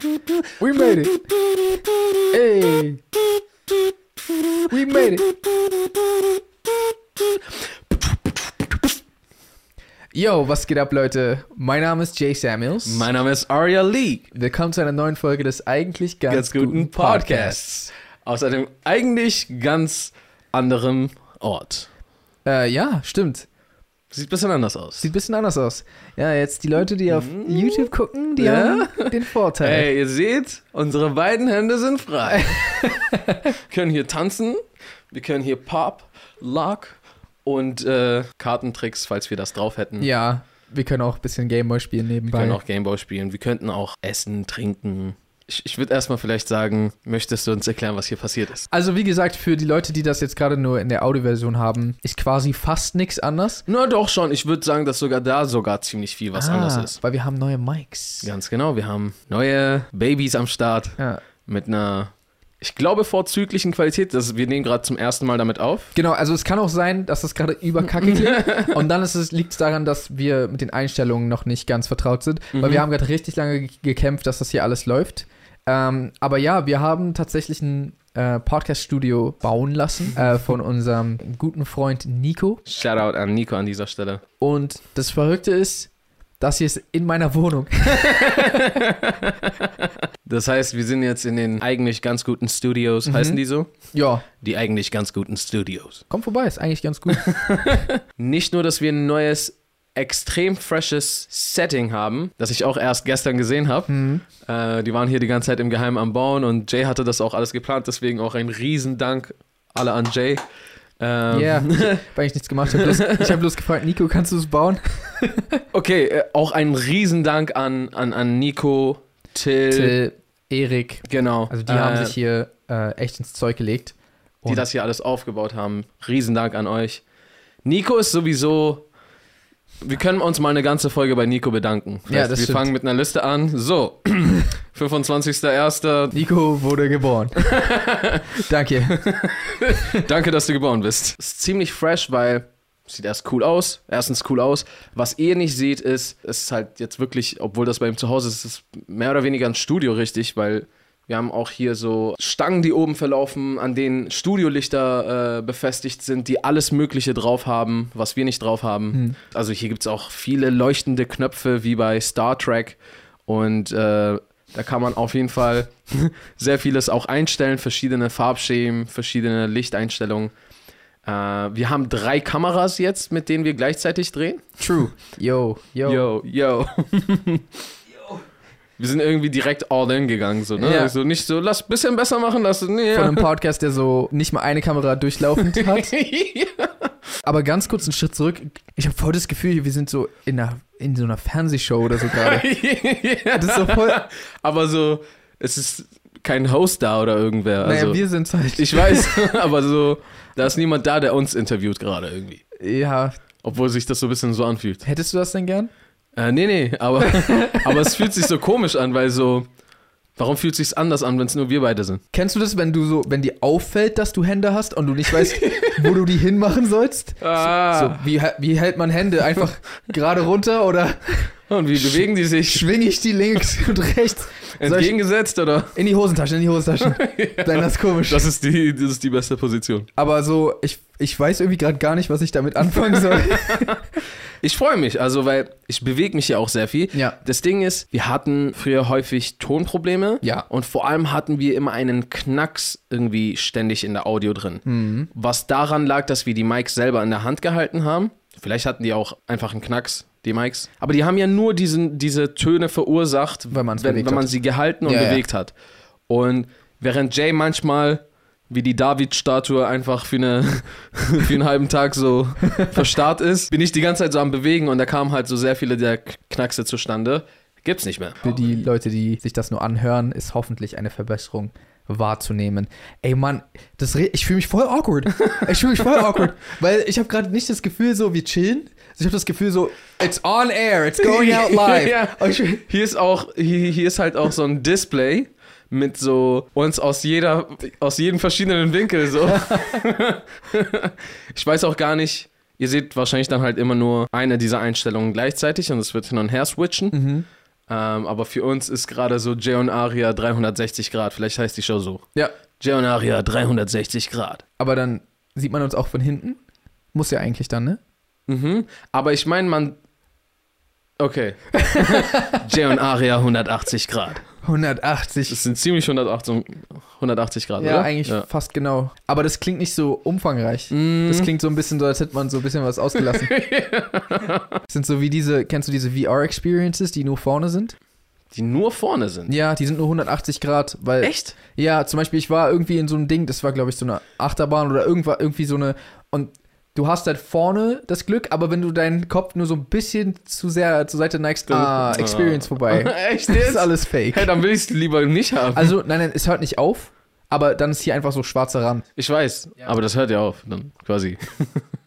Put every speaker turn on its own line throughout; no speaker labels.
We made it. Hey. We made it. Yo, was geht ab, Leute? Mein Name ist Jay Samuels.
Mein Name ist Aria Lee.
Willkommen zu einer neuen Folge des eigentlich ganz,
Ganz guten Podcasts. Aus einem eigentlich ganz anderen Ort.
Äh, ja, stimmt.
Sieht ein bisschen anders aus.
Sieht ein bisschen anders aus. Ja, jetzt die Leute, die auf YouTube gucken, die
Mhm. Ja.
haben den Vorteil.
Hey, ihr seht, unsere beiden Hände sind frei. wir können hier tanzen, wir können hier Pop, Lock und äh, Kartentricks, falls wir das drauf hätten.
Ja, wir können auch ein bisschen Gameboy spielen
Wir
nebenbei.
können auch Gameboy spielen, wir könnten auch essen, trinken. Ich, ich würde erstmal vielleicht sagen, möchtest du uns erklären, was hier passiert ist?
Also wie gesagt, für die Leute, die das jetzt gerade nur in der Audioversion haben, ist quasi fast nichts anders.
Na doch schon, ich würde sagen, dass sogar da sogar ziemlich viel was
Ah,
anders ist.
Weil wir haben neue Mics.
Ganz genau, wir haben neue Babys am Start
Ja.
mit einer, ich glaube, vorzüglichen Qualität. Das, wir nehmen gerade zum ersten Mal damit auf.
Genau, also es kann auch sein, dass das gerade überkacke klingt. und dann liegt es liegt's daran, dass wir mit den Einstellungen noch nicht ganz vertraut sind. Weil wir haben gerade richtig lange ge- gekämpft, dass das hier alles läuft. Ähm, aber ja, wir haben tatsächlich ein äh, Podcast-Studio bauen lassen äh, von unserem guten Freund Nico.
Shoutout an Nico an dieser Stelle.
Und das Verrückte ist, das hier ist in meiner Wohnung.
Das heißt, wir sind jetzt in den eigentlich ganz guten Studios. Heißen die so?
ja,
Die eigentlich ganz guten Studios.
komm vorbei, ist eigentlich ganz gut.
Nicht nur, dass wir ein neues, extrem freshes Setting haben, das ich auch erst gestern gesehen habe.
Mhm.
Äh, die waren hier die ganze Zeit im Geheimen am Bauen und Jay hatte das auch alles geplant. Deswegen auch ein Riesendank alle an Jay. Ähm,
Ja, weil ich nichts gemacht habe. Bloß- Ich habe bloß gefragt, Nico, kannst du es bauen?
Okay, äh, auch ein Riesendank an, an, an Nico, Till,
Till, Erik,
genau.
also die
äh,
haben sich hier äh, echt ins Zeug gelegt.
die das hier alles aufgebaut haben. Riesendank an euch. Nico ist sowieso. Wir können uns mal eine ganze Folge bei Nico bedanken.
Ja, das
wir
stimmt.
fangen mit einer Liste an. So, 25.01.
Nico wurde geboren. Danke.
Danke, dass du geboren bist. Ist ziemlich fresh, weil sieht erst cool aus. Erstens cool aus. Was ihr nicht seht, ist, es ist halt jetzt wirklich, obwohl das bei ihm zu Hause ist, ist es mehr oder weniger ein Studio richtig, weil wir haben auch hier so Stangen, die oben verlaufen, an denen Studiolichter äh, befestigt sind, die alles Mögliche drauf haben, was wir nicht drauf haben. Also hier gibt es auch viele leuchtende Knöpfe, wie bei Star Trek. Und äh, da kann man auf jeden Fall sehr vieles auch einstellen, verschiedene Farbschemen, verschiedene Lichteinstellungen. Äh, wir haben drei Kameras jetzt, mit denen wir gleichzeitig drehen.
True. Yo, yo.
Yo, yo. Wir sind irgendwie direkt all in gegangen, so, ne?
Ja.
Also nicht so, lass ein bisschen besser machen, lass. Nee.
Von einem Podcast, der so nicht mal eine Kamera durchlaufend hat. Aber ganz kurz einen Schritt zurück. Ich habe voll das Gefühl, wir sind so in, einer, in so einer Fernsehshow oder so gerade. Das ist so voll.
Also Aber so, es ist kein Host da oder irgendwer. Also,
naja, wir sind halt.
ich weiß, aber so, da ist niemand da, der uns interviewt gerade irgendwie.
ja.
Obwohl sich das so ein bisschen so anfühlt.
Hättest du das denn gern?
Äh, nee, nee, aber, aber es fühlt sich so komisch an, weil so. Warum fühlt sich's anders an, wenn es nur wir beide sind?
Kennst du das, wenn du so, wenn dir auffällt, dass du Hände hast und du nicht weißt, wo du die hinmachen sollst? So,
Ah.
wie, hä- wie hält man Hände? Einfach gerade runter oder
Und wie bewegen die sich?
schwinge ich die links und rechts? Soll ich
Entgegengesetzt oder?
in die Hosentaschen, in die Hosentaschen. Dann das ist komisch.
Das ist die, das ist die beste Position.
Aber so, ich, ich weiß irgendwie gerade gar nicht, was ich damit anfangen soll.
Ich freue mich, also weil ich bewege mich ja auch sehr viel.
Ja.
Das Ding ist, wir hatten früher häufig Tonprobleme.
Ja.
Und vor allem hatten wir immer einen Knacks irgendwie ständig in der Audio drin.
Mhm.
Was daran lag, dass wir die Mics selber in der Hand gehalten haben. Vielleicht hatten die auch einfach einen Knacks, die Mics. Aber die haben ja nur diesen, diese Töne verursacht,
Wenn man's
wenn,
bewegt
wenn man
hat.
sie gehalten und
Ja, ja.
bewegt hat. Und während Jay manchmal wie die David-Statue einfach für, eine, für einen halben Tag so verstarrt ist, bin ich die ganze Zeit so am Bewegen und da kamen halt so sehr viele der K- Knackse zustande. Gibt's nicht mehr.
Für die Leute, die sich das nur anhören, ist hoffentlich eine Verbesserung wahrzunehmen. Ey Mann, das re- ich fühle mich voll awkward. Ich fühle mich voll awkward, weil ich habe gerade nicht das Gefühl so wir chillen. Also, Ich habe das Gefühl so it's on air, it's going out live.
Ja.
Und ich,
Hier ist auch, hier, hier ist halt auch so ein Display mit so uns aus jeder, aus jedem verschiedenen Winkel so. ich weiß auch gar nicht,
mhm.
ihr seht wahrscheinlich dann halt immer nur eine dieser Einstellungen gleichzeitig und es wird hin und her switchen. Ähm, aber für uns ist gerade so Jay und Aria 360 Grad. Vielleicht heißt die Show so.
Ja.
Jay und Aria 360 Grad.
Aber dann sieht man uns auch von hinten. Muss ja eigentlich dann, ne?
Mhm. Aber ich meine, man. Okay. Jay und Aria 180 Grad.
180.
Das sind ziemlich 180, 180 Grad,
Ja,
oder?
eigentlich fast genau. Aber das klingt nicht so umfangreich.
Mm.
Das klingt so ein bisschen so, als hätte man so ein bisschen was ausgelassen. Das sind so wie diese, kennst du diese VR-Experiences, die nur vorne sind?
Die nur vorne sind.
Ja, die sind nur 180 Grad, weil
Echt?
Ja, zum Beispiel, ich war irgendwie in so einem Ding, das war, glaube ich, so eine Achterbahn oder irgendwa, irgendwie so eine. Und du hast halt vorne das Glück, aber wenn du deinen Kopf nur so ein bisschen zu sehr zur Seite neigst,
Dann-
ah, Experience vorbei.
Echt
Das ist
jetzt?
alles
Hey,
fake.
dann will ich es lieber nicht haben.
Also, nein, nein, es hört nicht auf, aber dann ist hier einfach so schwarzer Rand.
ich weiß, aber das hört ja auf, dann quasi.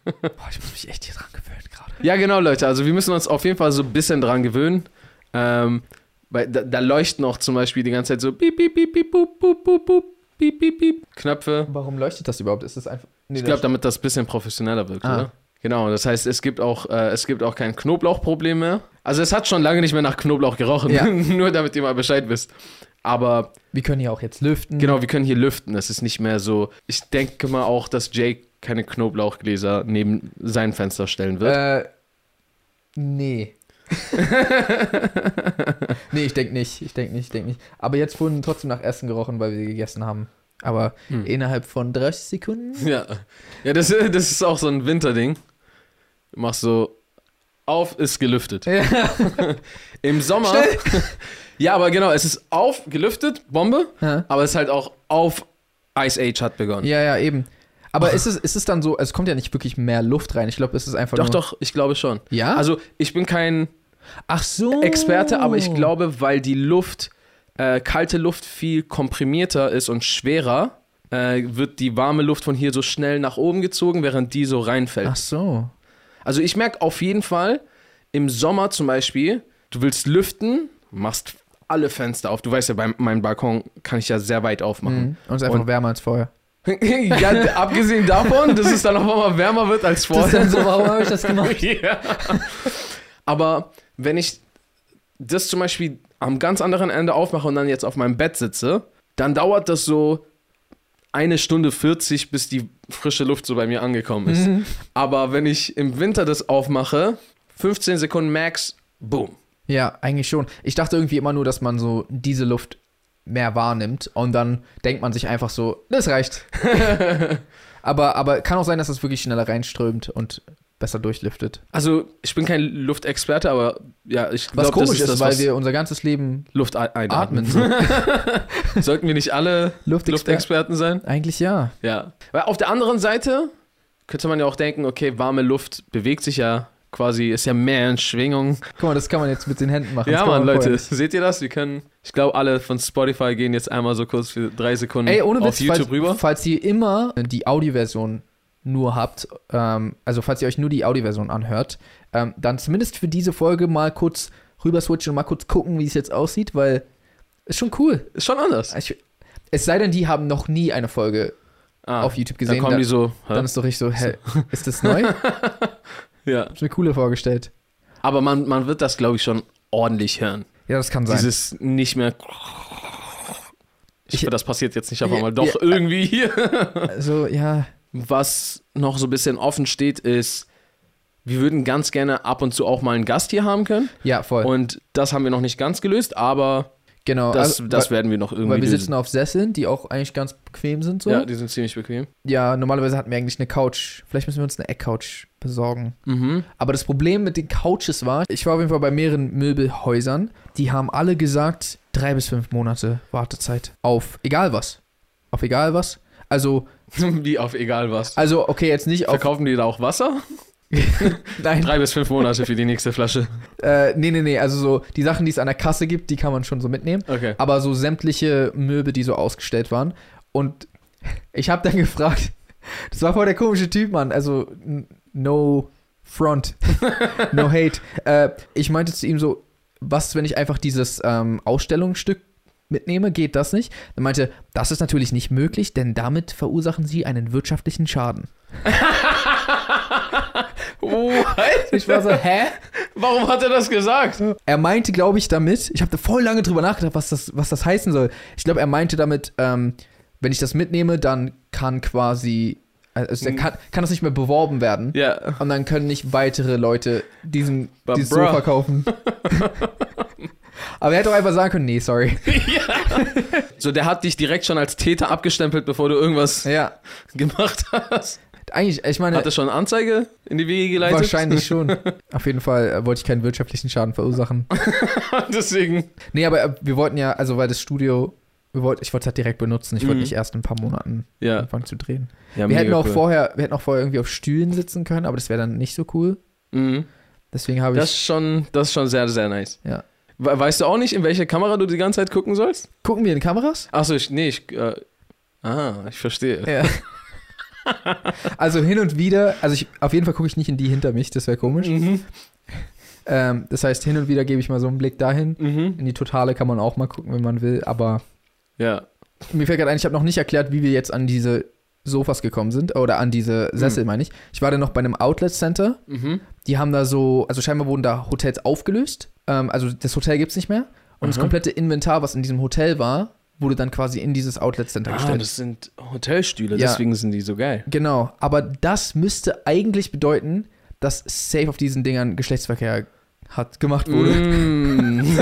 Boah, ich muss mich echt hier dran gewöhnen gerade.
Ja, genau, Leute. Also wir müssen uns auf jeden Fall so ein bisschen dran gewöhnen. Ähm, weil da, da leuchten auch zum Beispiel die ganze Zeit so piep, piep, piep, piep, bup, bup, bup, bup, piep, piep, piep, Knöpfe.
Warum leuchtet das überhaupt? Ist das einfach. Nee,
Ich glaube, damit das ein bisschen professioneller wirkt,
Ah.
oder? Genau, das heißt, es gibt auch, äh, es gibt auch kein Knoblauchproblem mehr. Also es hat schon lange nicht mehr nach Knoblauch gerochen,
Ja.
nur damit ihr mal Bescheid wisst. Aber
wir können hier auch jetzt lüften.
Genau, wir können hier lüften. Das ist nicht mehr so. Ich denke mal auch, dass Jake keine Knoblauchgläser neben sein Fenster stellen wird.
Äh, nee. nee, ich denke nicht. Ich denke nicht, ich denke nicht. Aber jetzt wurden trotzdem nach Essen gerochen, weil wir gegessen haben. Aber
Hm.
innerhalb von 30 Sekunden.
Ja, ja das, das ist auch so ein Winterding. Du machst so auf, ist gelüftet.
Ja.
Im Sommer.
Schnell!
Ja, aber genau, es ist auf, gelüftet, Bombe,
ja,
aber es ist halt auch auf Ice Age hat begonnen.
ja, eben. Aber ist es, ist es dann so, es kommt ja nicht wirklich mehr Luft rein. Ich glaube, es ist einfach
Doch,
nur...
doch, ich glaube schon.
Ja?
Also, ich bin kein
Ach so.
Experte, aber
Oh.
ich glaube, weil die Luft, äh, kalte Luft viel komprimierter ist und schwerer, äh, wird die warme Luft von hier so schnell nach oben gezogen, während die so reinfällt.
Ach so.
Also ich merke auf jeden Fall, im Sommer zum Beispiel, du willst lüften, machst alle Fenster auf. Du weißt ja, bei meinem Balkon kann ich ja sehr weit aufmachen.
Mhm. Und es ist einfach
Und-
wärmer als vorher.
ja, abgesehen davon, dass es dann auf einmal wärmer wird als vorher.
so, warum habe ich das gemacht?
Ja. Aber wenn ich das zum Beispiel am ganz anderen Ende aufmache und dann jetzt auf meinem Bett sitze, dann dauert das so eine Stunde 40, bis die frische Luft so bei mir angekommen ist.
Mhm.
Aber wenn ich im Winter das aufmache, 15 Sekunden max, boom.
Ja, eigentlich schon. Ich dachte irgendwie immer nur, dass man so diese Luft mehr wahrnimmt und dann denkt man sich einfach so, das reicht. aber, aber kann auch sein, dass es wirklich schneller reinströmt und besser durchlüftet.
Also ich bin kein Luftexperte, aber ja, ich
Was
glaube, das
komisch
ist,
ist,
das,
weil
was Genau.
wir unser ganzes Leben
Luft ein- einatmen.
atmen. So.
Sollten wir nicht alle
Luftexperte.
Luftexperten sein?
Eigentlich ja.
Ja. Weil auf der anderen Seite könnte man ja auch denken, okay, warme Luft bewegt sich ja quasi, ist ja mehr in Schwingung.
Guck mal, das kann man jetzt mit den Händen machen.
ja,
Das kann
Mann,
man
Leute,
vorher.
seht ihr das? Wir können, ich glaube, alle von Spotify gehen jetzt einmal so kurz für drei Sekunden
Ey, ohne
Hm. auf
Witz,
YouTube
falls,
rüber.
falls ihr immer die Audioversion nur habt, ähm, also falls ihr euch nur die Audioversion anhört, ähm, dann zumindest für diese Folge mal kurz rüber switchen und mal kurz gucken, wie es jetzt aussieht, weil ist schon cool.
Ist schon anders.
Ich, es sei denn, die haben noch nie eine Folge
Ah,
auf YouTube
dann
gesehen.
kommen die so. Hä?
dann ist doch richtig so, hä, ist das neu? Hab
ja.
ich mir coole vorgestellt.
Aber man, man wird das, glaube ich, schon ordentlich hören.
Ja, das kann sein.
Dieses nicht mehr. Ich
Ich-
hoffe, das passiert jetzt nicht auf
Ja,
einmal. Doch,
ja.
irgendwie hier.
also, ja,
Was noch so ein bisschen offen steht, ist, wir würden ganz gerne ab und zu auch mal einen Gast hier haben können.
ja, voll.
Und das haben wir noch nicht ganz gelöst, aber
genau.
das,
also,
das
weil,
werden wir noch irgendwie
weil wir
lösen.
sitzen auf Sesseln, die auch eigentlich ganz bequem sind. So.
Ja, die sind ziemlich bequem.
Ja, normalerweise hatten wir eigentlich eine Couch. Vielleicht müssen wir uns eine Eckcouch besorgen.
Mhm.
Aber das Problem mit den Couches war, ich war auf jeden Fall bei mehreren Möbelhäusern, die haben alle gesagt, drei bis fünf Monate Wartezeit auf egal was. Auf egal was. Also,
Wie auf egal was.
also okay, jetzt nicht auf.
Verkaufen die da auch Wasser?
Nein,
Drei bis fünf Monate für die nächste Flasche.
äh, nee, nee, nee. Also so die Sachen, die es an der Kasse gibt, die kann man schon so mitnehmen.
Okay.
Aber so sämtliche Möbel, die so ausgestellt waren. Und ich habe dann gefragt, das war voll der komische Typ, Mann. Also, n- no front, no hate. Äh, ich meinte zu ihm so, was, wenn ich einfach dieses ähm, Ausstellungsstück mitnehme, geht das nicht? Er meinte, das ist natürlich nicht möglich, denn damit verursachen sie einen wirtschaftlichen Schaden.
What?
Oh, Ich war so, hä?
Warum hat er das gesagt?
Er meinte, glaube ich, damit, ich habe voll lange drüber nachgedacht, was das, was das heißen soll. Ich glaube, er meinte damit, ähm, wenn ich das mitnehme, dann kann quasi, also dann kann, kann das nicht mehr beworben werden.
Mhm. Ja.
Und dann können nicht weitere Leute diesen,
But
dieses
bruh.
Sofa kaufen. Aber er hätte auch einfach sagen können, nee, sorry.
So, der hat dich direkt schon als Täter abgestempelt, bevor du irgendwas
Ja,
gemacht hast.
eigentlich, ich meine,
Hat er schon eine Anzeige in die Wege geleitet?
wahrscheinlich schon. Auf jeden Fall äh, wollte ich keinen wirtschaftlichen Schaden verursachen.
Deswegen.
Nee, aber äh, wir wollten ja, also weil das Studio, wir wollt, ich wollte es halt direkt benutzen, ich wollte
Mhm.
nicht erst in ein paar Monaten
Ja.
anfangen zu drehen.
ja
wir hätten
mega
auch
cool.
vorher, wir hätten auch vorher irgendwie auf Stühlen sitzen können, aber das wäre dann nicht so cool.
Mhm.
Deswegen habe
Das
ich.
ist schon, das ist schon sehr, sehr nice.
Ja.
We weißt du auch nicht, in welche Kamera du die ganze Zeit gucken sollst?
Gucken wir in Kameras?
Achso, ich, nee, ich, äh, ah, ich verstehe.
Ja. also hin und wieder, also ich, auf jeden Fall gucke ich nicht in die hinter mich, das wäre komisch.
Mhm.
Ähm, das heißt, hin und wieder gebe ich mal so einen Blick dahin.
Mhm.
In die Totale kann man auch mal gucken, wenn man will, aber
Ja.
mir fällt gerade ein, ich habe noch nicht erklärt, wie wir jetzt an diese Sofas gekommen sind oder an diese Sessel, meine ich. Ich war dann noch bei einem Outlet Center.
Mhm.
Die haben da so, also scheinbar wurden da Hotels aufgelöst. Ähm, also das Hotel gibt es nicht mehr. Und das
Aha.
komplette Inventar, was in diesem Hotel war, wurde dann quasi in dieses Outlet Center
Ah,
gestellt.
das sind Hotelstühle,
Ja.
deswegen sind die so geil.
genau. Aber das müsste eigentlich bedeuten, dass safe auf diesen Dingern Geschlechtsverkehr hat gemacht
Mhm.
wurde.
Mm.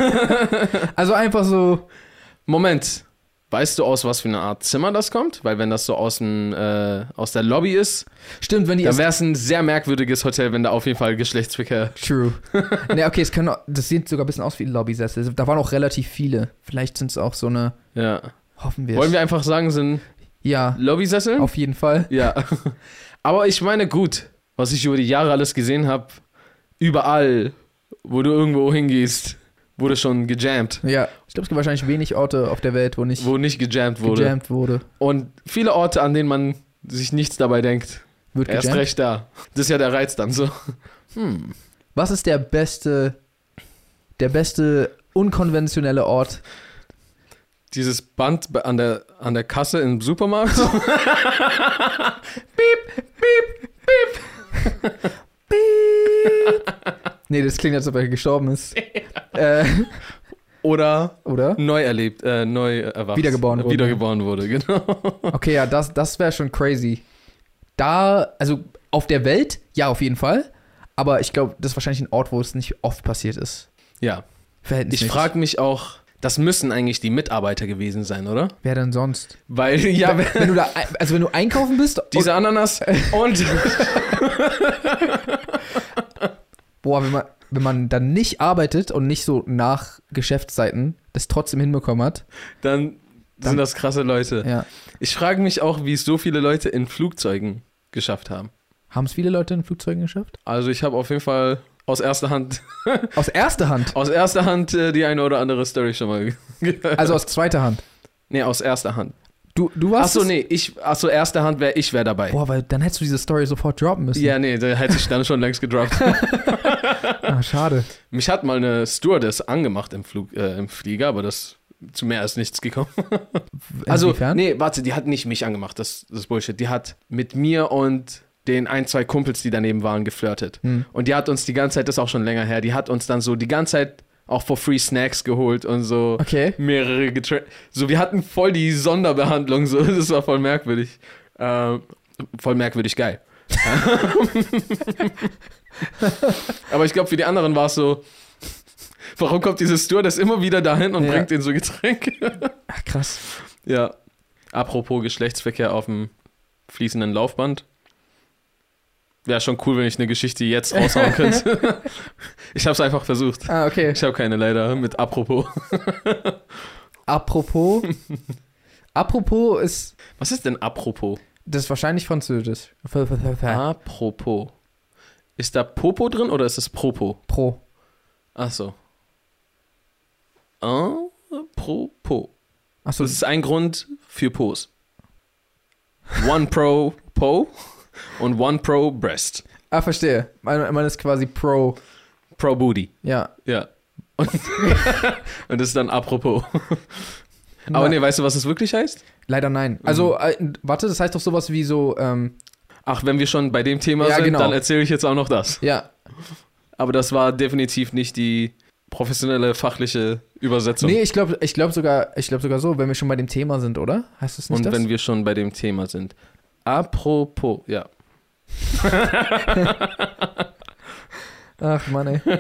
Also einfach so.
Moment. Weißt du, aus was für einer Art Zimmer das kommt? Weil wenn das so aus, dem, äh, aus der Lobby ist,
Stimmt, wenn die
dann wäre es ein sehr merkwürdiges Hotel, wenn da auf jeden Fall Geschlechtsverkehr...
True. ne, okay, es können, auch- das sieht sogar ein bisschen aus wie Lobbysessel. Da waren auch relativ viele. Vielleicht sind es auch so eine.
Ja.
Hoffen wir.
Wollen wir einfach sagen, sind
Ja,
Lobbysessel?
auf jeden Fall.
Ja. Aber ich meine, gut, was ich über die Jahre alles gesehen habe, überall, wo du irgendwo hingehst, wurde schon gejammt.
Ja, ich glaube, es gibt wahrscheinlich wenig Orte auf der Welt, wo nicht
Wo nicht gejammt wurde.
gejammt wurde.
Und viele Orte, an denen man sich nichts dabei denkt.
Wird
Erst
gejammt.
recht da. Das ist ja der Reiz dann so.
Was ist der beste, der beste unkonventionelle Ort?
Dieses Band be- an der, an der Kasse im Supermarkt.
Nee, Ne, das klingt, als ob er gestorben ist. äh,
Oder
oder?
neu erlebt, äh, neu erwacht.
Wiedergeboren wurde.
Wiedergeboren wurde, genau.
Okay, ja, das, das wäre schon crazy. Da, also auf der Welt, ja, auf jeden Fall. Aber ich glaube, das ist wahrscheinlich ein Ort, wo es nicht oft passiert ist.
Ja. Ich
Verhältnismäßig.
frage mich auch, das müssen eigentlich die Mitarbeiter gewesen sein, oder?
Wer denn sonst?
Weil, ja,
wenn, wenn du da, ein- also wenn du einkaufen bist,
Diese Ananas und
und, boah, wenn man, wenn man dann nicht arbeitet und nicht so nach Geschäftszeiten das trotzdem hinbekommen hat.
dann sind das krasse Leute.
Ja.
Ich frage mich auch, wie es so viele Leute in Flugzeugen geschafft haben.
Haben es viele Leute in Flugzeugen geschafft?
Also ich habe auf jeden Fall aus erster Hand,
Aus erster Hand.
aus erster Hand äh, die eine oder andere Story schon mal gehört.
Also aus zweiter Hand.
nee, aus erster Hand.
Du, du warst.
Achso,
es-
nee, ich, achso, erster Hand wäre ich wär dabei.
Boah, weil dann hättest du diese Story sofort droppen müssen.
Ja, nee, da hätte ich dann schon längst gedroppt.
Ah, schade.
Mich hat mal eine Stewardess angemacht im, Flug, äh, im Flieger, aber das zu mehr ist nichts gekommen. Also,
Inwiefern?
nee, warte, die hat nicht mich angemacht, das, das ist Bullshit. Die hat mit mir und den ein, zwei Kumpels, die daneben waren, geflirtet.
Hm.
Und die hat uns die ganze Zeit, das ist auch schon länger her, die hat uns dann so die ganze Zeit auch for free Snacks geholt und so
Okay.
mehrere getra So, wir hatten voll die Sonderbehandlung, so, das war voll merkwürdig. Ähm, voll merkwürdig geil. Aber ich glaube, für die anderen war es so, warum kommt diese Stewardess immer wieder dahin und
Ja.
bringt ihnen so Getränke?
Ach, krass.
Ja. Apropos Geschlechtsverkehr auf dem fließenden Laufband. Wäre schon cool, wenn ich eine Geschichte jetzt raushauen könnte. ich habe es einfach versucht.
Ah, okay.
Ich habe keine leider mit Apropos.
Apropos. Apropos ist.
Was ist denn Apropos?
Das ist wahrscheinlich Französisch.
Ah. Apropos. Ist da Popo drin oder ist es Propo?
Pro.
Ach so. Apropos.
Achso,
Das ist ein Grund für Pos. One Pro Po und One Pro Breast.
ah, verstehe. Man, man ist quasi pro.
Pro Booty.
Ja.
Ja. Und, und das ist dann apropos. Aber
Na,
nee, weißt du, was es wirklich heißt? Mhm.
Leider nein. Also, äh, warte, das heißt doch sowas wie so ähm,
ach, wenn wir schon bei dem Thema
Ja,
sind,
genau.
dann erzähle ich jetzt auch noch das.
Ja,
Aber das war definitiv nicht die professionelle, fachliche Übersetzung.
nee, ich glaube ich glaub sogar, ich glaub sogar so, wenn wir schon bei dem Thema sind, oder? Heißt das nicht
Und
das?
wenn wir schon bei dem Thema sind. Apropos, ja.
Ach Mann, ey.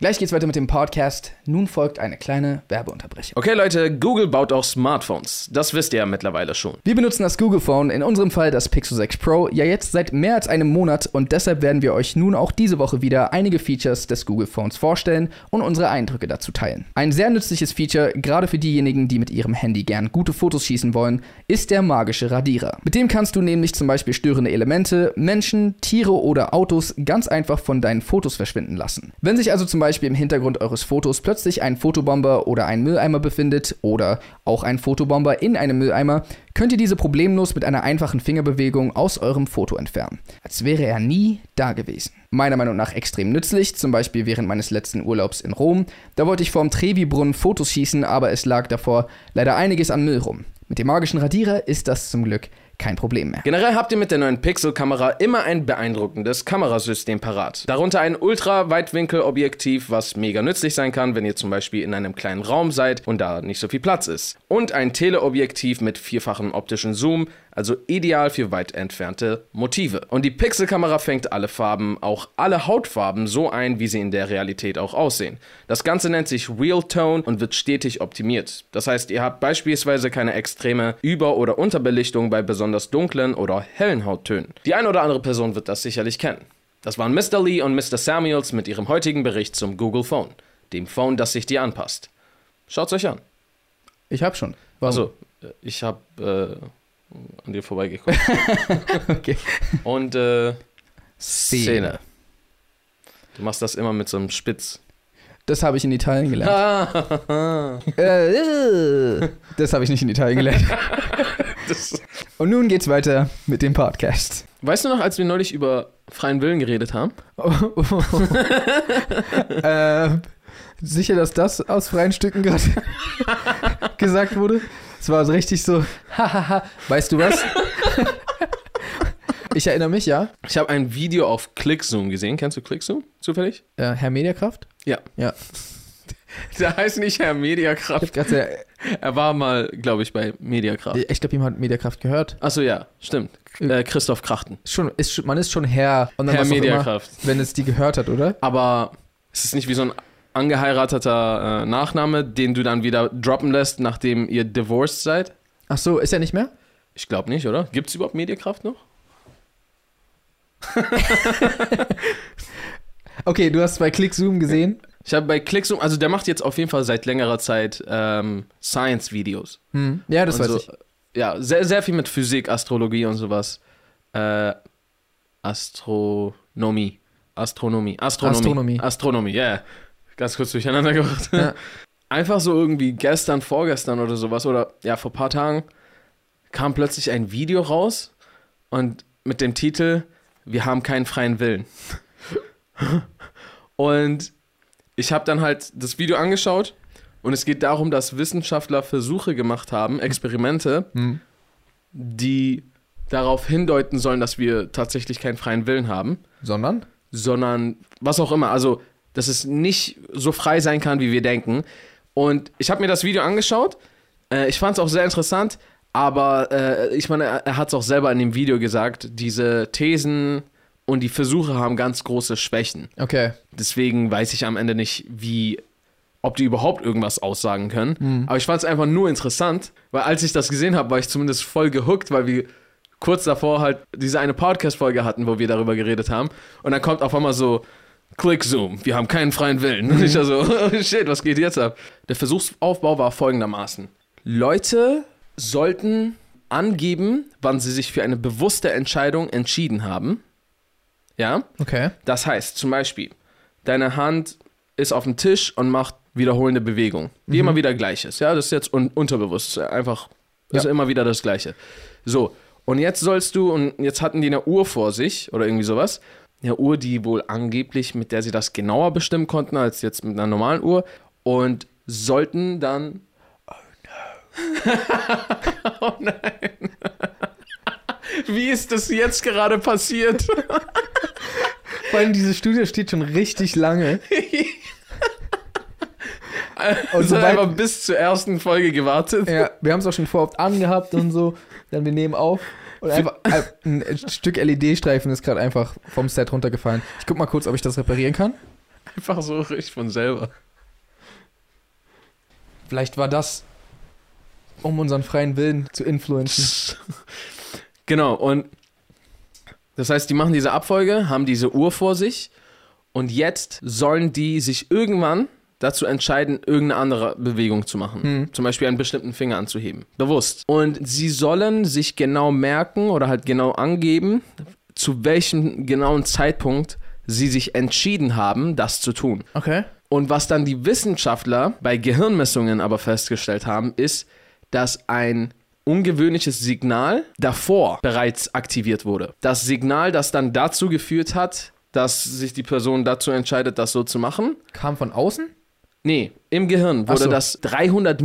Gleich geht's weiter mit dem Podcast. Nun folgt eine kleine Werbeunterbrechung.
Okay, Leute, Google baut auch Smartphones. Das wisst ihr ja mittlerweile schon.
Wir benutzen das Google Phone, in unserem Fall das Pixel 6 Pro, ja jetzt seit mehr als einem Monat und deshalb werden wir euch nun auch diese Woche wieder einige Features des Google Phones vorstellen und unsere Eindrücke dazu teilen. Ein sehr nützliches Feature, gerade für diejenigen, die mit ihrem Handy gern gute Fotos schießen wollen, ist der magische Radierer. Mit dem kannst du nämlich zum Beispiel störende Elemente, Menschen, Tiere oder Autos ganz einfach von deinen Fotos verschwinden lassen. Wenn sich also zum Beispiel im Hintergrund eures Fotos plötzlich ein Fotobomber oder ein Mülleimer befindet oder auch ein Fotobomber in einem Mülleimer, könnt ihr diese problemlos mit einer einfachen Fingerbewegung aus eurem Foto entfernen, als wäre er nie da gewesen. Meiner Meinung nach extrem nützlich, zum Beispiel während meines letzten Urlaubs in Rom. Da wollte ich vorm Trevi-Brunnen Fotos schießen, aber es lag davor leider einiges an Müll rum. Mit dem magischen Radierer ist das zum Glück kein Problem mehr.
Generell habt ihr mit der neuen Pixel-Kamera immer ein beeindruckendes Kamerasystem parat. Darunter ein Ultra-Weitwinkel-Objektiv, was mega nützlich sein kann, wenn ihr zum Beispiel in einem kleinen Raum seid und da nicht so viel Platz ist. Und ein Teleobjektiv mit vierfachem optischen Zoom, also ideal für weit entfernte Motive. Und die Pixel-Kamera fängt alle Farben, auch alle Hautfarben, so ein, wie sie in der Realität auch aussehen. Das Ganze nennt sich Real Tone und wird stetig optimiert. Das heißt, ihr habt beispielsweise keine extreme Über- oder Unterbelichtung bei besonders dunklen oder hellen Hauttönen. Die eine oder andere Person wird das sicherlich kennen. Das waren Mr. Lee und Mr. Samuels mit ihrem heutigen Bericht zum Google Phone, dem Phone, das sich dir anpasst. Schaut's euch an.
Ich hab schon.
Also, ich habe äh, an dir vorbeigeguckt.
Okay.
Und äh, Szene. Du machst das immer mit so einem Spitz.
Das habe ich in Italien gelernt.
Ah,
Äh, äh, das habe ich nicht in Italien gelernt. Und nun geht's weiter mit dem Podcast.
Weißt du noch, als wir neulich über freien Willen geredet haben?
äh, sicher, dass das aus freien Stücken gerade gesagt wurde? Es war so richtig so, hahaha, weißt du was?
Ich erinnere mich, ja.
Ich habe ein Video auf ClickZoom gesehen. Kennst du ClickZoom zufällig?
Äh, Herr Mediakraft?
Der heißt nicht Herr Mediakraft.
Ich, hab grad sehr-
Er war mal, glaube ich, bei Mediakraft.
ich glaube, jemand hat Mediakraft gehört.
Achso, ja, stimmt. Äh, Christoph Krachten.
Schon, ist, schon- man ist schon Herr. Und dann
Herr
was auch immer,
Mediakraft.
Wenn es die gehört hat, oder?
Aber es ist nicht wie so ein angeheirateter äh, Nachname, den du dann wieder droppen lässt, nachdem ihr divorced seid?
Ach so, ist er nicht mehr?
Ich glaube nicht, oder? Gibt es überhaupt Mediakraft noch?
Okay, du hast bei Click Zoom gesehen.
Ich habe bei ClickZoom, also der macht jetzt auf jeden Fall seit längerer Zeit ähm, Science-Videos.
Hm. Ja, das
und
weiß
so,
ich.
Ja, sehr, sehr viel mit Physik, Astrologie und sowas. Äh, Astronomie. Astronomie. Astronomie.
Astronomie.
Astronomie, ja. Yeah. Ganz kurz durcheinander gebracht.
Ja.
Einfach so irgendwie gestern, vorgestern oder sowas oder ja, vor ein paar Tagen kam plötzlich ein Video raus und mit dem Titel Wir haben keinen freien Willen. und ich habe dann halt das Video angeschaut und es geht darum, dass Wissenschaftler Versuche gemacht haben, Experimente,
Hm.
die darauf hindeuten sollen, dass wir tatsächlich keinen freien Willen haben,
Sondern?
sondern was auch immer. Also, dass es nicht so frei sein kann, wie wir denken. Und ich habe mir das Video angeschaut. Äh, ich fand es auch sehr interessant. Aber äh, ich meine, er, er hat es auch selber in dem Video gesagt, diese Thesen und die Versuche haben ganz große Schwächen.
Okay.
Deswegen weiß ich am Ende nicht, wie, ob die überhaupt irgendwas aussagen können. Aber ich fand es einfach nur interessant, weil als ich das gesehen habe, war ich zumindest voll gehuckt, weil wir kurz davor halt diese eine Podcast-Folge hatten, wo wir darüber geredet haben. Und dann kommt auf einmal so. Click Zoom, wir haben keinen freien Willen. Und ich also, shit, was geht jetzt ab? Der Versuchsaufbau war folgendermaßen. Leute sollten angeben, wann sie sich für eine bewusste Entscheidung entschieden haben. Ja?
Okay.
Das heißt, zum Beispiel, deine Hand ist auf dem Tisch und macht wiederholende Bewegungen, die immer wieder gleich ist. Ja, das ist jetzt un unterbewusst, einfach ist immer wieder das Gleiche. So, und jetzt sollst du, und jetzt hatten die eine Uhr vor sich oder irgendwie sowas, eine Uhr, die wohl angeblich, mit der sie das genauer bestimmen konnten als jetzt mit einer normalen Uhr und sollten dann. Oh no. oh nein. Wie ist das jetzt gerade passiert?
Vor allem diese Studie steht schon richtig lange.
Und
Und
so
sobald-
einfach bis zur ersten Folge gewartet.
Ja, wir haben es auch schon vorab angehabt und so. Dann wir nehmen auf. Und einfach äh, ein Stück LED-Streifen ist gerade einfach vom Set runtergefallen. Ich guck mal kurz, ob ich das reparieren kann.
Einfach so richtig von selber.
Vielleicht war das, um unseren freien Willen zu influenzen.
Genau, und das heißt, die machen diese Abfolge, haben diese Uhr vor sich und jetzt sollen die sich irgendwann dazu entscheiden, irgendeine andere Bewegung zu machen. Zum Beispiel einen bestimmten Finger anzuheben. Bewusst. Und sie sollen sich genau merken oder halt genau angeben, zu welchem genauen Zeitpunkt sie sich entschieden haben, das zu tun.
Okay.
Und was dann die Wissenschaftler bei Gehirnmessungen aber festgestellt haben, ist, dass ein ungewöhnliches Signal davor bereits aktiviert wurde. Das Signal, das dann dazu geführt hat, dass sich die Person dazu entscheidet, das so zu machen.
Kam von außen?
Nee, im Gehirn wurde
Ach so.
das 300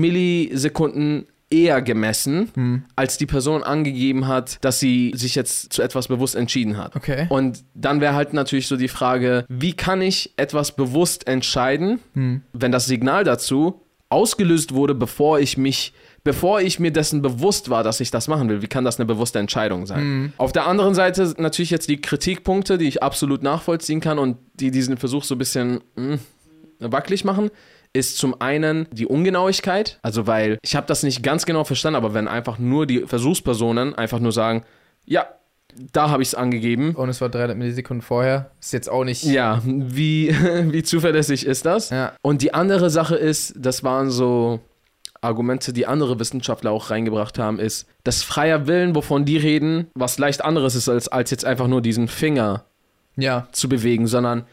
Millisekunden eher gemessen,
Hm.
als die Person angegeben hat, dass sie sich jetzt zu etwas bewusst entschieden hat.
Okay.
Und dann wäre halt natürlich so die Frage, wie kann ich etwas bewusst entscheiden, wenn das Signal dazu ausgelöst wurde, bevor ich mich, bevor ich mir dessen bewusst war, dass ich das machen will. Wie kann das eine bewusste Entscheidung sein? Auf der anderen Seite sind natürlich jetzt die Kritikpunkte, die ich absolut nachvollziehen kann und die diesen Versuch so ein bisschen mm, wackelig machen ist zum einen die Ungenauigkeit, also weil ich habe das nicht ganz genau verstanden, aber wenn einfach nur die Versuchspersonen einfach nur sagen, ja, da habe ich es angegeben,
Und es war 300 Millisekunden vorher. Ist jetzt auch nicht.
ja, wie, wie zuverlässig ist das?
Ja.
Und die andere Sache ist, das waren so Argumente, die andere Wissenschaftler auch reingebracht haben, ist, dass freier Willen, wovon die reden, was leicht anderes ist, als, als jetzt einfach nur diesen Finger
ja.
zu bewegen, sondern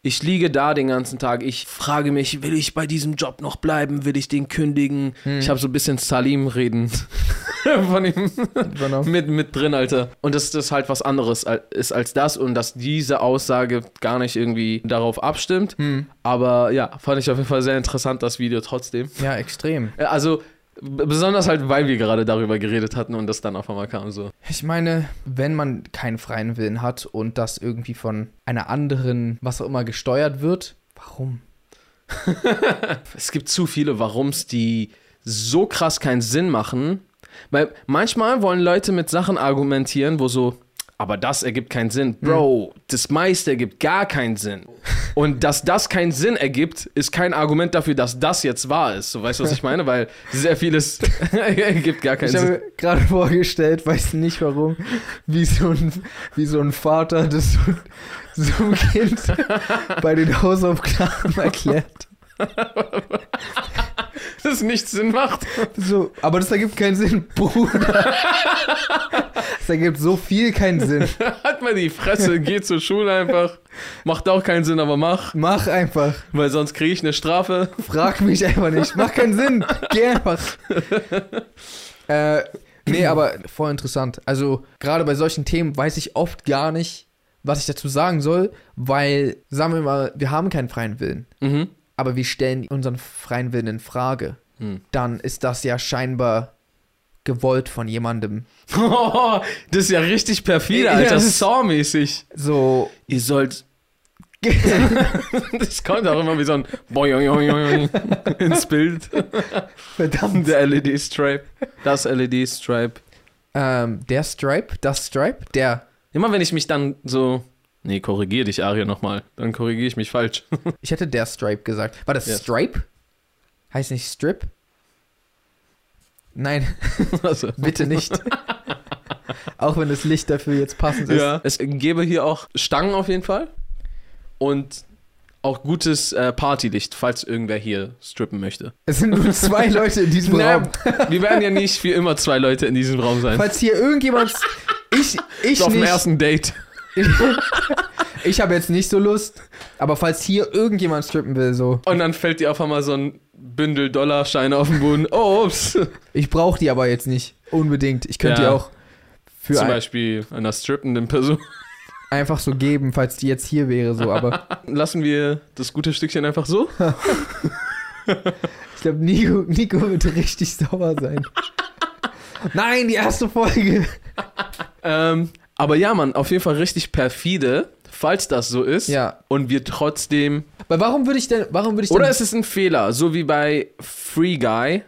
ich liege da den ganzen Tag, ich frage mich, will ich bei diesem Job noch bleiben, will ich den kündigen? Ich habe so ein bisschen Salim reden von ihm
Übernommen.
mit, mit drin, Alter. Und dass das halt was anderes al- ist als das und dass diese Aussage gar nicht irgendwie darauf abstimmt. Aber ja, fand ich auf jeden Fall sehr interessant, das Video trotzdem.
Ja, extrem.
Äh, Also b- besonders halt, weil wir gerade darüber geredet hatten und das dann auf einmal kam so.
Ich meine, wenn man keinen freien Willen hat und das irgendwie von einer anderen, was auch immer, gesteuert wird, warum?
Es gibt zu viele Warums, die so krass keinen Sinn machen. Weil manchmal wollen Leute mit Sachen argumentieren, wo so, aber das ergibt keinen Sinn. Bro, das meiste ergibt gar keinen Sinn. Und dass das keinen Sinn ergibt, ist kein Argument dafür, dass das jetzt wahr ist. So, weißt du, was ich meine? Weil sehr vieles ergibt gar keinen
Ich habe
Sinn.
mir gerade vorgestellt, weiß nicht warum, wie so ein, wie so ein Vater das so, so einem Kind bei den Hausaufgaben erklärt.
Dass es nichts Sinn macht.
So, aber das ergibt keinen Sinn, Bruder. Das ergibt so viel keinen Sinn.
Hat halt mal die Fresse, geh zur Schule einfach. Macht auch keinen Sinn, aber mach.
Mach einfach.
Weil sonst kriege ich eine Strafe.
Frag mich einfach nicht. Macht keinen Sinn. Geh einfach. äh, nee, aber voll interessant. Also, gerade bei solchen Themen weiß ich oft gar nicht, was ich dazu sagen soll, weil, sagen wir mal, wir haben keinen freien Willen,
Mhm.
aber wir stellen unseren freien Willen in Frage.
Hm.
Dann ist das ja scheinbar gewollt von jemandem.
Oh, das ist ja richtig perfide,
Ja,
Alter.
das ist-
Saw-mäßig.
So.
Ihr sollt. Das kommt auch immer wie so ein Boing, boing, boing, boing ins Bild.
Verdammt.
Der E LED-Stripe. Das E LED-Stripe.
Ähm, der Stripe, das Stripe, der.
Immer wenn ich mich dann so. Nee, korrigier dich, Aria, nochmal. Dann korrigiere ich mich falsch.
Ich hätte der Stripe gesagt. War das
Ja.
Stripe? Heißt nicht Strip? Nein.
Also,
Bitte nicht. Auch wenn das Licht dafür jetzt passend ist.
es gäbe hier auch Stangen auf jeden Fall. Und auch gutes äh, Partylicht, falls irgendwer hier strippen möchte.
Es sind nur zwei Leute in diesem
Na,
Raum.
Wir werden ja nicht für immer zwei Leute in diesem Raum sein.
Falls hier irgendjemand. Ich, ich
So auf dem
nicht.
ersten Date.
Ich habe jetzt nicht so Lust. Aber falls hier irgendjemand strippen will, so.
Und dann fällt dir auf einmal so ein Bündel Dollarscheine auf den Boden. Oh, ups.
Ich brauche die aber jetzt nicht. Unbedingt. Ich könnte
Ja.
die auch für
Zum
ein,
Beispiel einer strippenden Person.
einfach so geben, falls die jetzt hier wäre, so. Aber
Lassen wir das gute Stückchen einfach so?
ich glaube, Nico, Nico wird richtig sauer sein. Nein, die erste Folge.
Ähm, aber ja, Mann, auf jeden Fall richtig perfide, falls das so ist.
Ja.
Und wir trotzdem.
Weil warum würde ich denn, warum würde ich
Oder
denn,
ist es ein Fehler, so wie bei Free Guy? Äh,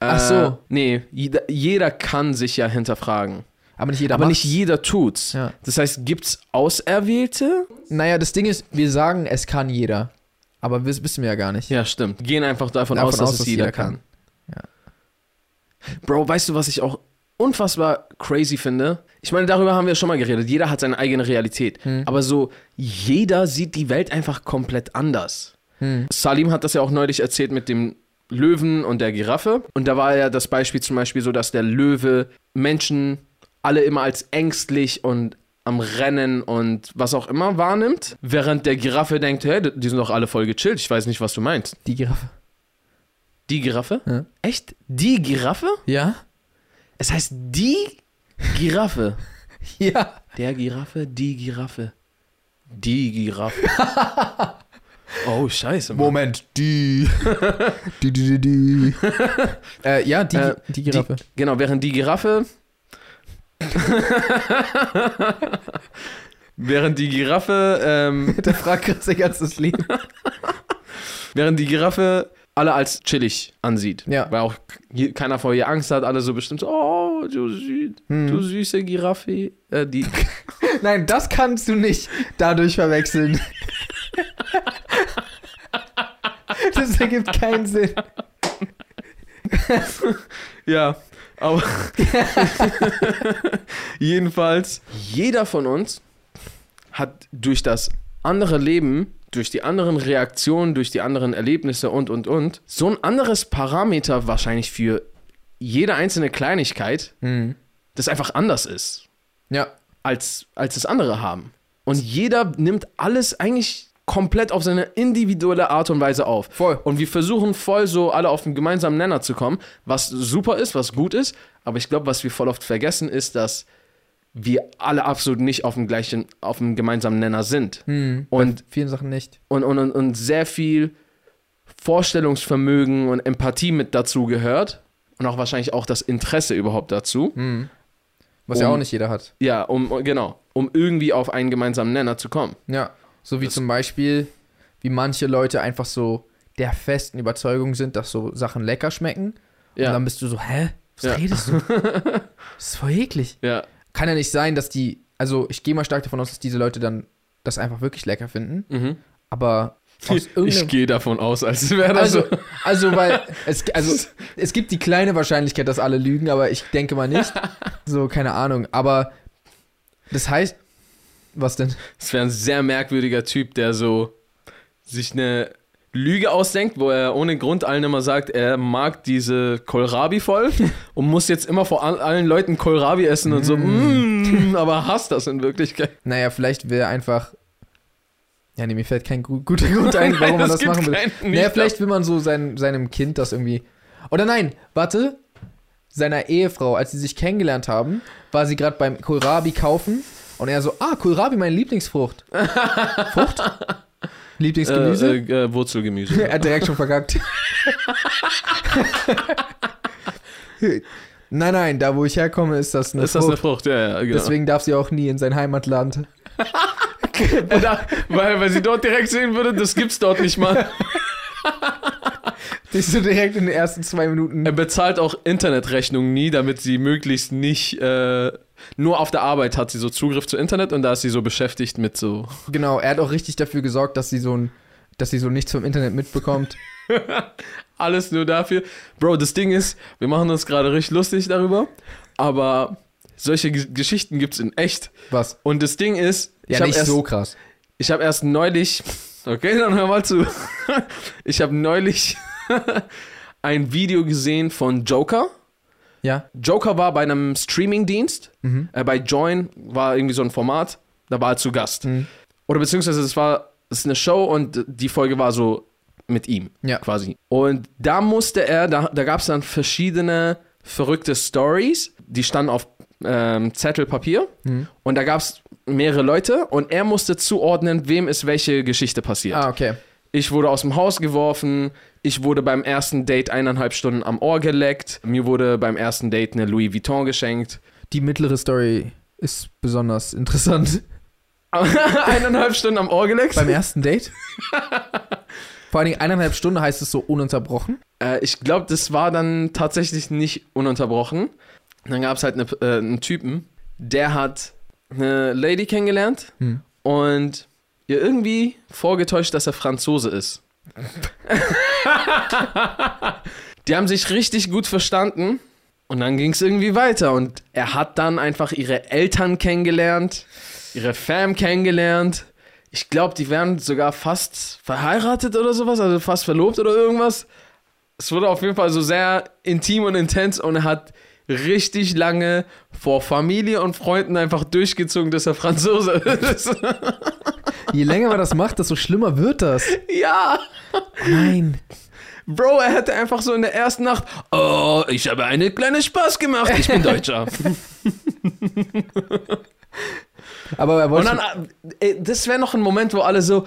Ach so.
Nee, jeder, jeder kann sich ja hinterfragen.
aber nicht jeder
aber
macht's.
nicht jeder tut's.
Ja.
Das heißt, gibt's Auserwählte?
Naja, das Ding ist, wir sagen, es kann jeder. Aber wir wissen wir ja gar nicht.
Ja, stimmt. Gehen einfach davon,
Davon
aus, dass
aus,
es
dass
jeder
jeder
kann. Bro, weißt du, was ich auch unfassbar crazy finde? Ich meine, darüber haben wir schon mal geredet. Jeder hat seine eigene Realität.
Hm.
Aber so, jeder sieht die Welt einfach komplett anders.
Hm.
Salim hat das ja auch neulich erzählt mit dem Löwen und der Giraffe. Und da war ja das Beispiel zum Beispiel so, dass der Löwe Menschen alle immer als ängstlich und am Rennen und was auch immer wahrnimmt, während der Giraffe denkt, hey, die sind doch alle voll gechillt, ich weiß nicht, was du meinst.
Die Giraffe.
Die Giraffe?
Ja.
Echt? Die Giraffe?
Ja?
Es heißt die Giraffe.
Ja.
Der Giraffe, die Giraffe. Die Giraffe. Oh, scheiße. Mann.
Moment, die. die, die, die, die. äh, ja, die,
Äh,
die Giraffe.
Die, genau, während die Giraffe. während die Giraffe. Ähm,
Der fragt Chris sein ganzes Leben.
während die Giraffe alle als chillig ansieht.
Ja.
Weil auch je- keiner vor ihr Angst hat, alle so bestimmt so, oh, du, süß, du süße Giraffe. Äh, die,
Nein, das kannst du nicht dadurch verwechseln. das ergibt keinen Sinn.
Ja, aber jedenfalls, jeder von uns hat durch das andere Leben, durch die anderen Reaktionen, durch die anderen Erlebnisse und, und, und, so ein anderes Parameter wahrscheinlich für jede einzelne Kleinigkeit, das einfach anders ist,
Ja.
als, als das andere haben. Und jeder nimmt alles eigentlich komplett auf seine individuelle Art und Weise auf.
Voll.
Und wir versuchen voll so alle auf einen gemeinsamen Nenner zu kommen, was super ist, was gut ist. Aber ich glaube, was wir voll oft vergessen, ist, dass wir alle absolut nicht auf dem gleichen, auf dem gemeinsamen Nenner sind.
Hm.
Und,
Vielen Sachen nicht.
und, und, und, und sehr viel Vorstellungsvermögen und Empathie mit dazu gehört. Und auch wahrscheinlich auch das Interesse überhaupt dazu.
Was ja
Um-
auch nicht jeder hat.
Ja, um, genau. Um irgendwie auf einen gemeinsamen Nenner zu kommen.
Ja. So wie
Das-
zum Beispiel, wie manche Leute einfach so der festen Überzeugung sind, dass so Sachen lecker schmecken. Und
Ja.
dann bist du so, hä? Was
Ja.
redest du? das ist voll eklig.
Ja.
Kann ja nicht sein, dass die, also ich gehe mal stark davon aus, dass diese Leute dann das einfach wirklich lecker finden.
Mhm.
Aber aus
Ich
irgendeinem.
gehe davon aus, als wäre das
Also,
so.
also, weil es, also, es gibt die kleine Wahrscheinlichkeit, dass alle lügen, aber ich denke mal nicht. So, keine Ahnung. Aber das heißt, was denn?
Es wäre ein sehr merkwürdiger Typ, der so sich eine Lüge ausdenkt, wo er ohne Grund allen immer sagt, er mag diese Kohlrabi voll und muss jetzt immer vor all- allen Leuten Kohlrabi essen und so, mm, aber hasst das in Wirklichkeit.
Naja, vielleicht will er einfach. Ja, nee, mir fällt kein gu guter Grund ein, warum man
es
das
gibt
machen will.
keinen
Naja,
nicht.
vielleicht will man so sein, seinem Kind das irgendwie. Oder nein, warte. Seiner Ehefrau, als sie sich kennengelernt haben, war sie gerade beim Kohlrabi kaufen und er so, ah, Kohlrabi, meine Lieblingsfrucht. Frucht? Lieblingsgemüse?
Äh, äh, äh, Wurzelgemüse.
er hat direkt schon verkackt. nein, nein, da wo ich herkomme, ist das eine
Ist das
Frucht.
eine Frucht? Ja, ja, genau.
Deswegen darf sie auch nie in sein Heimatland.
Äh, da, weil, weil sie dort direkt sehen würde, das gibt's dort nicht mal.
Die so direkt in den ersten zwei Minuten.
Er bezahlt auch Internetrechnungen nie, damit sie möglichst nicht. Äh, nur auf der Arbeit hat sie so Zugriff zu Internet und da ist sie so beschäftigt mit so.
Genau, er hat auch richtig dafür gesorgt, dass sie so ein, dass sie so nichts vom Internet mitbekommt.
Alles nur dafür. Bro, das Ding ist, wir machen uns gerade richtig lustig darüber, aber solche G Geschichten gibt's in echt.
Was?
Und das Ding ist, ich
Ja,
hab
nicht
erst,
so krass.
ich habe erst neulich, okay, dann hör mal zu. Ich habe neulich ein Video gesehen von Joker.
Ja.
Joker war bei einem Streamingdienst, äh, bei Join war irgendwie so ein Format, da war er zu Gast. Oder beziehungsweise es war es ist eine Show und die Folge war so mit ihm
Ja.
quasi. Und da musste er, da, da gab es dann verschiedene verrückte Stories, die standen auf ähm, Zettel Papier
Hm.
und da gab es mehrere Leute und er musste zuordnen, wem ist welche Geschichte passiert.
Ah, okay.
Ich wurde aus dem Haus geworfen. Ich wurde beim ersten Date eineinhalb Stunden am Ohr geleckt. Mir wurde beim ersten Date eine Louis Vuitton geschenkt.
Die mittlere Story. ist besonders interessant.
Eineinhalb Stunden am Ohr geleckt.
Beim ersten Date? Vor allen Dingen eineinhalb Stunden heißt es so ununterbrochen.
Äh, ich glaube, das war dann tatsächlich nicht ununterbrochen. Dann gab es halt ne, äh, einen Typen, der hat eine Lady kennengelernt
Hm.
und ihr irgendwie vorgetäuscht, dass er Franzose ist. Die haben sich richtig gut verstanden und dann ging es irgendwie weiter. Und er hat dann einfach ihre Eltern kennengelernt, ihre Fam kennengelernt. Ich glaube, die wären sogar fast verheiratet oder sowas, also fast verlobt oder irgendwas. Es wurde auf jeden Fall so sehr intim und intens und er hat richtig lange vor Familie und Freunden einfach durchgezogen, dass er Franzose ist.
Je länger man das macht, desto schlimmer wird das.
ja!
Nein.
Bro, er hätte einfach so in der ersten Nacht, oh, ich habe einen kleinen Spaß gemacht, ich bin Deutscher.
Aber er
Und
wollte.
dann, äh, ey, das wäre noch ein Moment, wo alle so,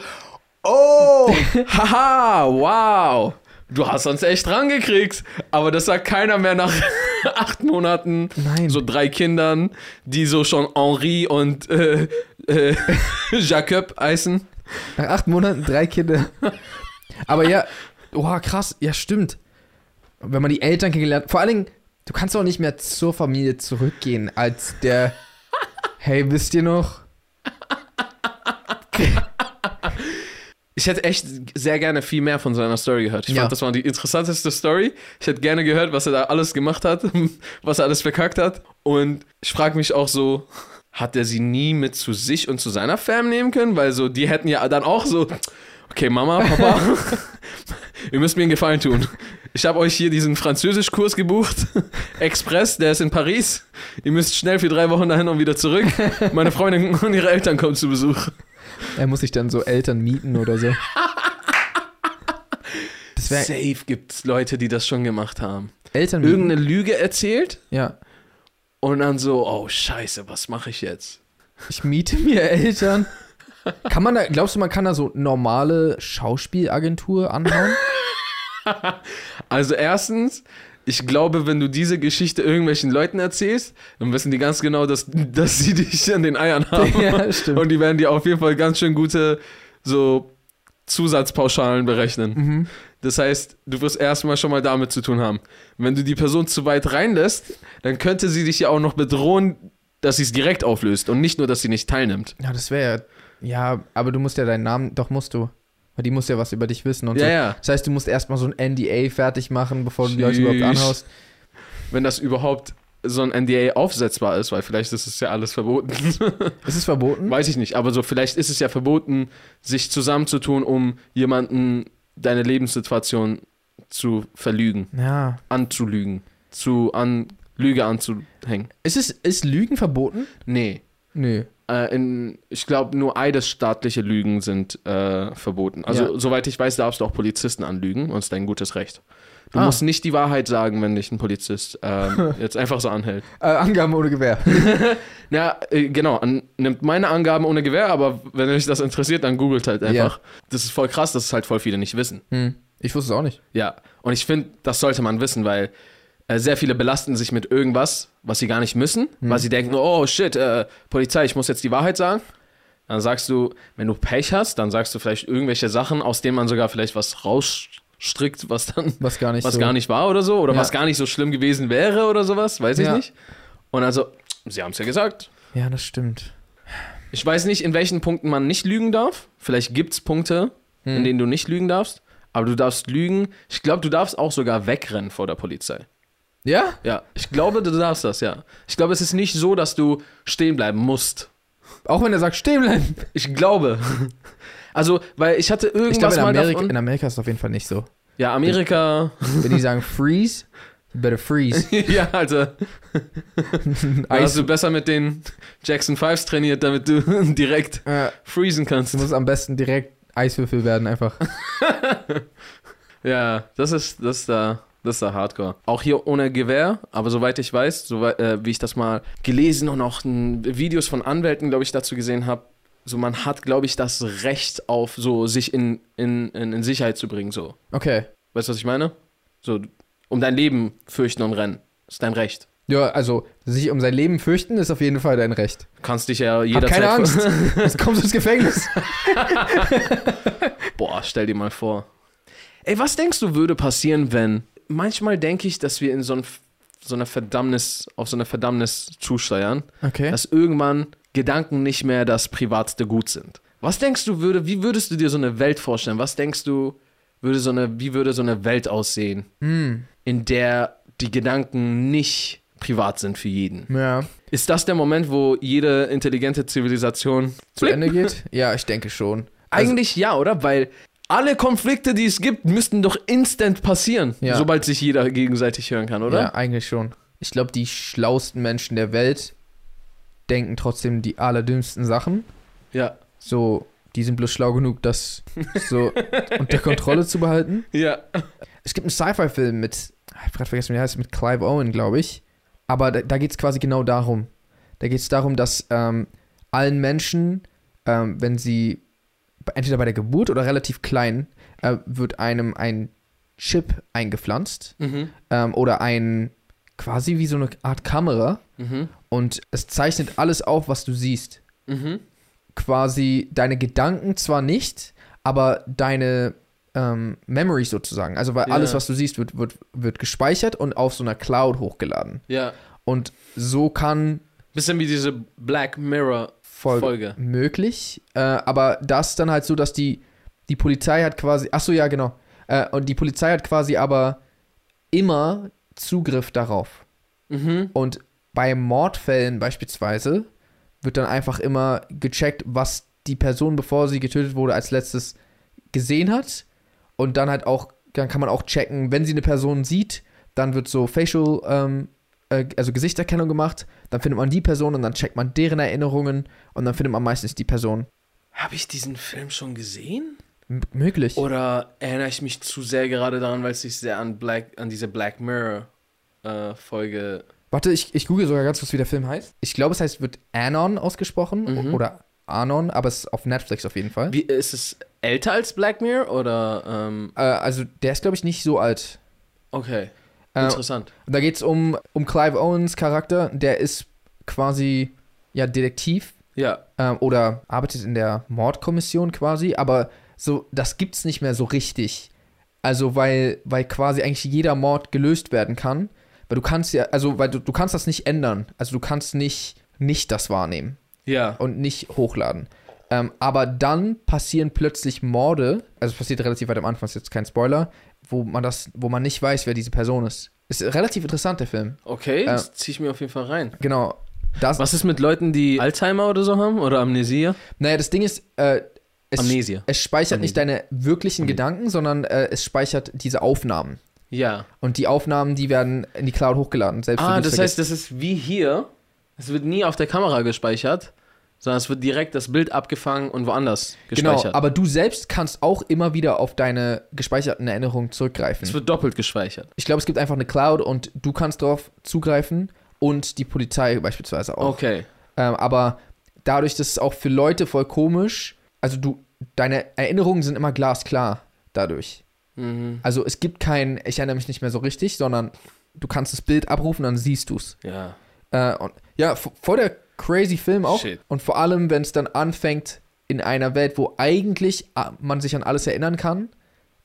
oh, haha, wow, du hast uns echt rangekriegt. Aber das sagt keiner mehr nach acht Monaten,
Nein.
so drei Kindern, die so schon Henri und äh, äh, Jacob heißen.
Nach acht Monaten drei Kinder. Aber ja, boah, krass, ja, stimmt. Wenn man die Eltern kennengelernt vor allen Dingen, du kannst auch nicht mehr zur Familie zurückgehen, als der, hey, wisst ihr noch?
Ich hätte echt sehr gerne viel mehr von seiner Story gehört. Ich
Ja.
fand, das war die interessanteste Story. Ich hätte gerne gehört, was er da alles gemacht hat, was er alles verkackt hat. Und ich frage mich auch so, hat er sie nie mit zu sich und zu seiner Fam nehmen können? Weil so, die hätten ja dann auch so, okay, Mama, Papa, ihr müsst mir einen Gefallen tun. Ich habe euch hier diesen Französischkurs gebucht, Express, der ist in Paris. Ihr müsst schnell für drei Wochen dahin und wieder zurück. Meine Freundin und ihre Eltern kommen zu Besuch.
Er muss sich dann so Eltern mieten oder so. Das wäre
Safe gibt's Leute, die das schon gemacht haben.
Eltern mieten.
irgendeine Lüge erzählt
Ja.
und dann so, oh Scheiße, was mache ich jetzt?
Ich miete mir Eltern. Kann man da, glaubst du, man kann da so normale Schauspielagentur anhauen?
Also erstens, ich glaube, wenn du diese Geschichte irgendwelchen Leuten erzählst, dann wissen die ganz genau, dass, dass sie dich an den Eiern haben.
Ja, stimmt.
Und die werden dir auf jeden Fall ganz schön gute so Zusatzpauschalen berechnen.
Mhm.
Das heißt, du wirst erstmal schon mal damit zu tun haben. Wenn du die Person zu weit reinlässt, dann könnte sie dich ja auch noch bedrohen, dass sie es direkt auflöst und nicht nur, dass sie nicht teilnimmt.
Ja, das wäre ja. Ja, aber du musst ja deinen Namen, doch musst du. Weil die muss ja was über dich wissen und
Ja,
so.
ja.
Das heißt, du musst erstmal so ein NDA fertig machen, bevor du die Leute überhaupt
Tschüss.
anhaust.
wenn das überhaupt so ein NDA aufsetzbar ist, weil vielleicht ist es ja alles verboten.
Ist es verboten?
Weiß ich nicht, aber so vielleicht ist es ja verboten, sich zusammenzutun, um jemanden deine Lebenssituation zu verlügen,
Ja.
anzulügen, zu an Lüge anzuhängen.
Ist es, ist Lügen verboten?
Nee.
Nö.
Äh, in, ich glaube, nur eidesstaatliche Lügen sind äh, verboten. Also,
Ja.
soweit ich weiß, darfst du auch Polizisten anlügen und ist dein gutes Recht. Du
Ah.
musst nicht die Wahrheit sagen, wenn dich ein Polizist ähm, jetzt einfach so anhält.
Äh, Angaben ohne Gewehr.
Na, äh, genau, an, nimmt meine Angaben ohne Gewehr, aber wenn euch das interessiert, dann googelt halt einfach. Das ist voll krass, dass es halt voll viele nicht wissen.
Hm. Ich wusste es auch nicht.
Ja, und ich finde, das sollte man wissen, weil äh, sehr viele belasten sich mit irgendwas, was sie gar nicht müssen,
Hm.
weil sie denken, oh shit, äh, Polizei, ich muss jetzt die Wahrheit sagen. Dann sagst du, wenn du Pech hast, dann sagst du vielleicht irgendwelche Sachen, aus denen man sogar vielleicht was rausstrickt, was dann
Was gar nicht.
was
so.
gar nicht war oder so, oder
Ja.
was gar nicht so schlimm gewesen wäre oder sowas, weiß ich
Ja.
nicht. Und also, sie haben es ja gesagt.
Ja, das stimmt.
Ich weiß nicht, in welchen Punkten man nicht lügen darf. Vielleicht gibt es Punkte, in
Hm.
denen du nicht lügen darfst. Aber du darfst lügen. Ich glaube, du darfst auch sogar wegrennen vor der Polizei.
Ja?
Ja, ich glaube, du darfst das, ja. Ich glaube, es ist nicht so, dass du stehen bleiben musst.
Auch wenn er sagt, stehen bleiben.
Ich glaube. Also, weil ich hatte irgendwas
Ich glaube, in,
mal
Amerika-
davon.
in Amerika ist es auf jeden Fall nicht so.
Ja, Amerika.
Wenn die sagen, freeze, you better freeze.
ja, Alter. Da hast du besser mit den Jackson Fives trainiert, damit du direkt
Äh,
freezen kannst.
du musst am besten direkt Eiswürfel werden, einfach.
Ja, das ist, das ist da. Das ist da hardcore. Auch hier ohne Gewehr, aber soweit ich weiß, soweit, äh, wie ich das mal gelesen und auch n, Videos von Anwälten, glaube ich, dazu gesehen habe, so man hat, glaube ich, das Recht auf so sich in, in, in, in Sicherheit zu bringen. So.
Okay.
Weißt du, was ich meine? So, um dein Leben fürchten und rennen. ist dein Recht.
Ja, also sich um sein Leben fürchten ist auf jeden Fall dein Recht.
Kannst dich ja
Hab
jederzeit.
keine Angst. Sonst kommst du ins Gefängnis.
Boah, stell dir mal vor. Ey, was denkst du, würde passieren, wenn. Manchmal denke ich, dass wir in so, ein, so einer Verdammnis, auf so eine Verdammnis zusteuern,
Okay.
dass irgendwann Gedanken nicht mehr das privatste Gut sind. Was denkst du, würde, wie würdest du dir so eine Welt vorstellen? Was denkst du, würde so eine, wie würde so eine Welt aussehen,
Hm,
in der die Gedanken nicht privat sind für jeden?
ja.
Ist das der Moment, wo jede intelligente Zivilisation
Zu Ende geht? Ja, ich denke schon. Also-
Eigentlich ja, oder? Weil alle Konflikte, die es gibt, müssten doch instant passieren,
Ja.
sobald sich jeder gegenseitig hören kann, oder?
Ja, eigentlich schon. Ich glaube, die schlausten Menschen der Welt denken trotzdem die allerdümmsten Sachen.
Ja.
So, die sind bloß schlau genug, das so unter Kontrolle zu behalten.
Ja.
Es gibt einen Sci-Fi-Film mit, ah, ich habe gerade vergessen, wie der heißt, mit Clive Owen, glaube ich. Aber da, da geht es quasi genau darum. Da geht es darum, dass ähm, allen Menschen, ähm, wenn sie b- entweder bei der Geburt oder relativ klein, äh, wird einem ein Chip eingepflanzt
Mhm.
ähm, oder ein quasi wie so eine Art Kamera
Mhm.
und es zeichnet alles auf, was du siehst.
Mhm.
Quasi deine Gedanken zwar nicht, aber deine ähm, Memory sozusagen. Also weil
Ja.
alles, was du siehst, wird, wird, wird gespeichert und auf so einer Cloud hochgeladen.
Ja.
Und so kann
Bisschen wie diese Black Mirror
Folge,
Folge.
möglich, äh, aber das dann halt so, dass die, die Polizei hat quasi, ach so, ja, genau. Äh, und die Polizei hat quasi aber immer Zugriff darauf.
Mhm.
Und bei Mordfällen beispielsweise wird dann einfach immer gecheckt, was die Person, bevor sie getötet wurde, als letztes gesehen hat. Und dann halt auch, dann kann man auch checken, wenn sie eine Person sieht, dann wird so Facial, ähm, äh, also Gesichtserkennung gemacht. Dann findet man die Person und dann checkt man deren Erinnerungen und dann findet man meistens die Person.
Habe ich diesen Film schon gesehen?
M möglich.
Oder erinnere ich mich zu sehr gerade daran, weil es sich sehr an Black, an diese Black Mirror äh, Folge.
Warte, ich, ich google sogar ganz kurz, wie der Film heißt. Ich glaube, es heißt, wird Anon ausgesprochen
Mhm.
oder Anon, aber es ist auf Netflix auf jeden Fall.
Wie, ist es älter als Black Mirror oder? Ähm,
Äh, also der ist, glaube ich, nicht so alt.
okay.
Äh,
Interessant.
und da geht es um, um Clive Owens Charakter, der ist quasi ja Detektiv
Ja.
äh, oder arbeitet in der Mordkommission quasi, aber so, das gibt's nicht mehr so richtig. Also, weil, weil quasi eigentlich jeder Mord gelöst werden kann. Weil du kannst ja, also weil du, du kannst das nicht ändern. Also du kannst nicht, nicht das wahrnehmen
Ja.
und nicht hochladen. Ähm, aber dann passieren plötzlich Morde, also es passiert relativ weit am Anfang, ist jetzt kein Spoiler, wo man das, wo man nicht weiß, wer diese Person ist. Ist relativ interessant, der Film.
Okay,
Äh,
das ziehe ich mir auf jeden Fall rein.
Genau. Das,
Was ist mit Leuten, die Alzheimer oder so haben? Oder Amnesie?
Naja, das Ding ist, äh, es,
Amnesie.
es speichert nicht deine wirklichen
Amnesie.
Gedanken, sondern äh, es speichert diese Aufnahmen.
Ja.
Und die Aufnahmen, die werden in die Cloud hochgeladen, selbst
Ah,
wenn du
das
es
heißt, das ist wie hier. Es wird nie auf der Kamera gespeichert, sondern es wird direkt das Bild abgefangen und woanders
Genau,
gespeichert.
aber du selbst kannst auch immer wieder auf deine gespeicherten Erinnerungen zurückgreifen.
es wird doppelt gespeichert.
Ich glaube, es gibt einfach eine Cloud und du kannst darauf zugreifen und die Polizei beispielsweise auch.
Okay.
Ähm, aber dadurch, dass es auch für Leute voll komisch, also du, deine Erinnerungen sind immer glasklar dadurch.
Mhm.
Also es gibt kein, ich erinnere mich nicht mehr so richtig, sondern du kannst das Bild abrufen, dann siehst du es.
Ja.
Äh, und ja, v- voll der crazy Film auch.
Shit.
Und vor allem, wenn es dann anfängt in einer Welt, wo eigentlich ah, man sich an alles erinnern kann,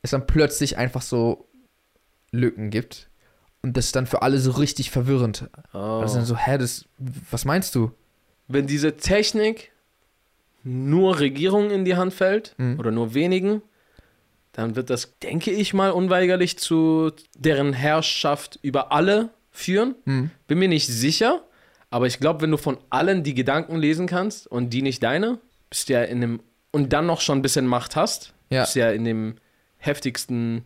es dann plötzlich einfach so Lücken gibt. Und das ist dann für alle so richtig verwirrend.
Oh.
Also dann so, hä, das, was meinst du?
Wenn diese Technik nur Regierungen in die Hand fällt
Mhm.
oder nur wenigen, dann wird das, denke ich mal, unweigerlich zu deren Herrschaft über alle führen.
Hm.
Bin mir nicht sicher, aber ich glaube, wenn du von allen die Gedanken lesen kannst und die nicht deine, bist du ja in dem und dann noch schon ein bisschen Macht hast,
Ja.
bist du ja in dem heftigsten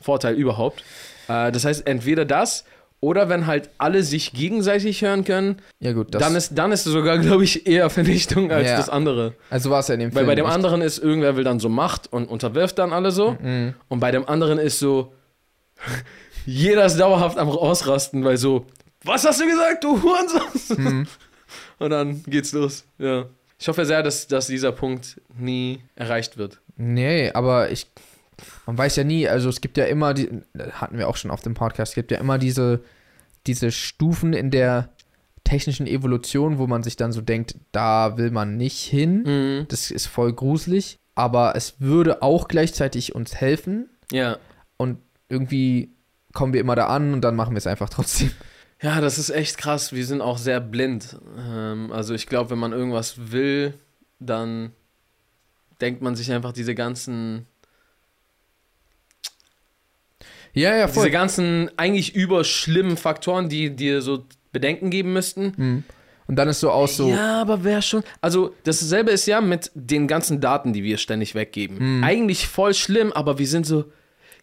Vorteil überhaupt. Äh, das heißt, entweder das oder wenn halt alle sich gegenseitig hören können,
Ja gut, das,
dann ist dann ist es sogar, glaube ich, eher Vernichtung als
Ja.
das andere.
also war es ja in dem
Weil
Film.
bei dem
nicht.
anderen ist irgendwer will dann so Macht und unterwirft dann alle so.
Mhm.
Und bei dem anderen ist so, jeder ist dauerhaft am Ausrasten, weil so, was hast du gesagt, du Hurensohn?
Mhm.
Und dann geht's los, ja. Ich hoffe sehr, dass, dass dieser Punkt nie erreicht wird.
Nee, aber ich, man weiß ja nie, also es gibt ja immer, die, hatten wir auch schon auf dem Podcast, es gibt ja immer diese, diese Stufen in der technischen Evolution, wo man sich dann so denkt, da will man nicht hin.
Mhm.
Das ist voll gruselig. Aber es würde auch gleichzeitig uns helfen.
Ja.
Irgendwie kommen wir immer da an und dann machen wir es einfach trotzdem.
Ja, das ist echt krass. Wir sind auch sehr blind. Ähm, also ich glaube, wenn man irgendwas will, dann denkt man sich einfach diese ganzen,
Ja, ja,
diese ganzen eigentlich überschlimmen Faktoren, die dir so Bedenken geben müssten.
Mhm. Und dann ist so aus so.
Ja, aber wer schon. Also, dasselbe ist ja mit den ganzen Daten, die wir ständig weggeben.
Mhm.
Eigentlich voll schlimm, aber wir sind so,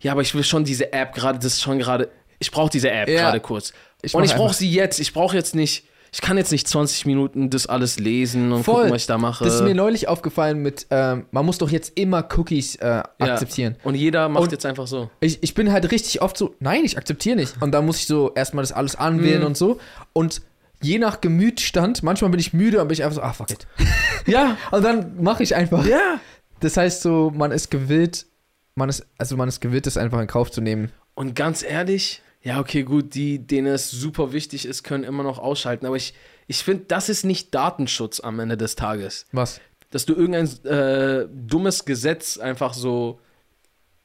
ja, aber ich will schon diese App gerade, das ist schon gerade, ich brauche diese App
Ja.
gerade kurz.
Ich
und ich
mach
brauche
einfach-
sie jetzt. Ich brauche jetzt nicht, ich kann jetzt nicht 20 Minuten das alles lesen und
Voll.
gucken, was ich da mache.
Das ist mir neulich aufgefallen mit, ähm, man muss doch jetzt immer Cookies äh,
Ja.
akzeptieren.
Und jeder macht
Und-
jetzt einfach so.
Ich, ich bin halt richtig oft so, nein, ich akzeptiere nicht. Und dann muss ich so erstmal das alles anwählen und so. Und je nach Gemütstand, manchmal bin ich müde und bin ich einfach so, ah, fuck it.
Ja,
Und Also dann mache ich einfach.
ja.
Das heißt so, man ist gewillt, man ist, also man ist gewillt, das einfach in Kauf zu nehmen.
Und ganz ehrlich, ja, okay, gut, die, denen es super wichtig ist, können immer noch ausschalten. Aber ich, ich finde, das ist nicht Datenschutz am Ende des Tages.
Was?
dass du irgendein äh, dummes Gesetz einfach so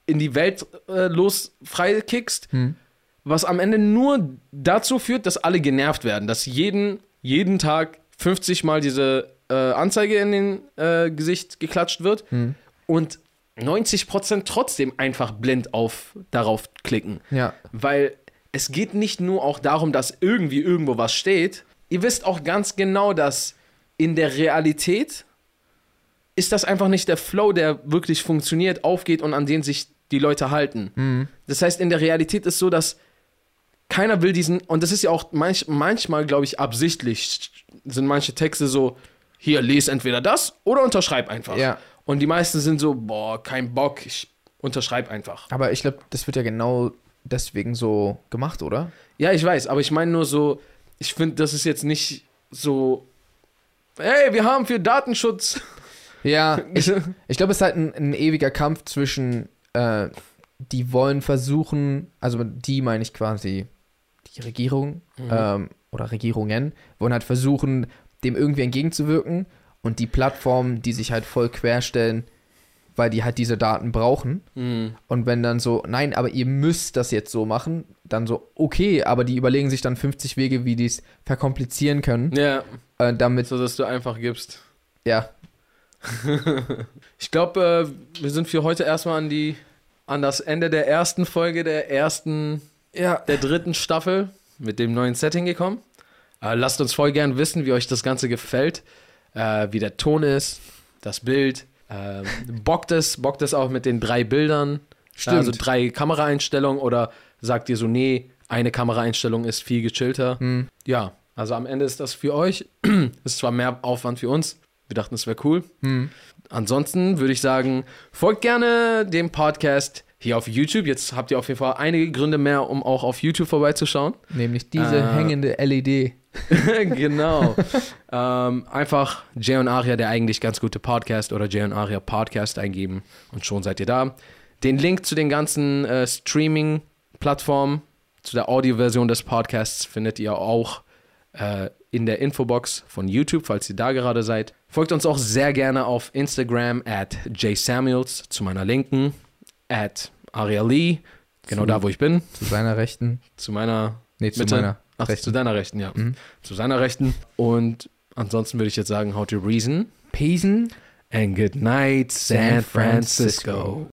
in die Welt äh, los freikickst,
Hm.
was am Ende nur dazu führt, dass alle genervt werden, dass jeden, jeden Tag 50 Mal diese äh, Anzeige in den äh, Gesicht geklatscht wird
Hm.
und 90% trotzdem einfach blind auf darauf klicken.
Ja.
Weil es geht nicht nur auch darum, dass irgendwie irgendwo was steht. Ihr wisst auch ganz genau, dass in der Realität ist das einfach nicht der Flow, der wirklich funktioniert, aufgeht und an den sich die Leute halten.
Mhm.
Das heißt, in der Realität ist so, dass keiner will diesen, und das ist ja auch manch, manchmal, glaube ich, absichtlich, sind manche Texte so, hier, lese entweder das oder unterschreib einfach.
Ja.
Und die meisten sind so, boah, kein Bock, ich unterschreib einfach.
Aber ich glaube, das wird ja genau deswegen so gemacht, oder?
Ja, ich weiß, aber ich meine nur so, ich finde, das ist jetzt nicht so, hey, wir haben für Datenschutz.
Ja, Ich glaube, es ist halt ein, ein ewiger Kampf zwischen, äh, die wollen versuchen, also die meine ich quasi die Regierung
Mhm.
ähm, oder Regierungen, wollen halt versuchen, dem irgendwie entgegenzuwirken und die Plattformen, die sich halt voll querstellen, weil die halt diese Daten brauchen.
Mhm.
Und wenn dann so, nein, aber ihr müsst das jetzt so machen, dann so, okay, aber die überlegen sich dann 50 Wege, wie die es verkomplizieren können,
Ja,
äh, damit,
so dass du einfach gibst.
ja,
Ich glaube, äh, wir sind für heute erstmal an die, an das Ende der ersten Folge der ersten,
ja,
der dritten Staffel mit dem neuen Setting gekommen. Äh, lasst uns voll gern wissen, wie euch das Ganze gefällt, äh, wie der Ton ist, das Bild. Äh, bockt es, bockt es auch mit den drei Bildern.
stimmt.
Also drei Kameraeinstellungen oder sagt ihr so, nee, eine Kameraeinstellung ist viel gechillter.
Hm.
Ja, also am Ende ist das für euch. ist zwar mehr Aufwand für uns. Wir dachten, es wäre cool.
Hm.
Ansonsten würde ich sagen, folgt gerne dem Podcast hier auf YouTube. Jetzt habt ihr auf jeden Fall einige Gründe mehr, um auch auf YouTube vorbeizuschauen.
Nämlich diese
Äh,
hängende E LED.
genau. ähm, einfach Jay und Aria, der eigentlich ganz gute Podcast oder Jay und Aria Podcast eingeben und schon seid ihr da. Den Link zu den ganzen äh, Streaming-Plattformen, zu der Audioversion des Podcasts findet ihr auch äh, in der Infobox von YouTube, falls ihr da gerade seid. Folgt uns auch sehr gerne auf Instagram at jsamuels zu meiner Linken, at Aria Lee, genau
Zu-
da, wo ich bin,
Zu seiner Rechten.
zu meiner
Nee, zu
Mitte.
meiner.
Ach,
Rechten.
zu deiner Rechten, ja.
Mhm.
Zu seiner Rechten. Und ansonsten würde ich jetzt sagen, how to reason
Pesen.
and good night, San
San Francisco.
Francisco.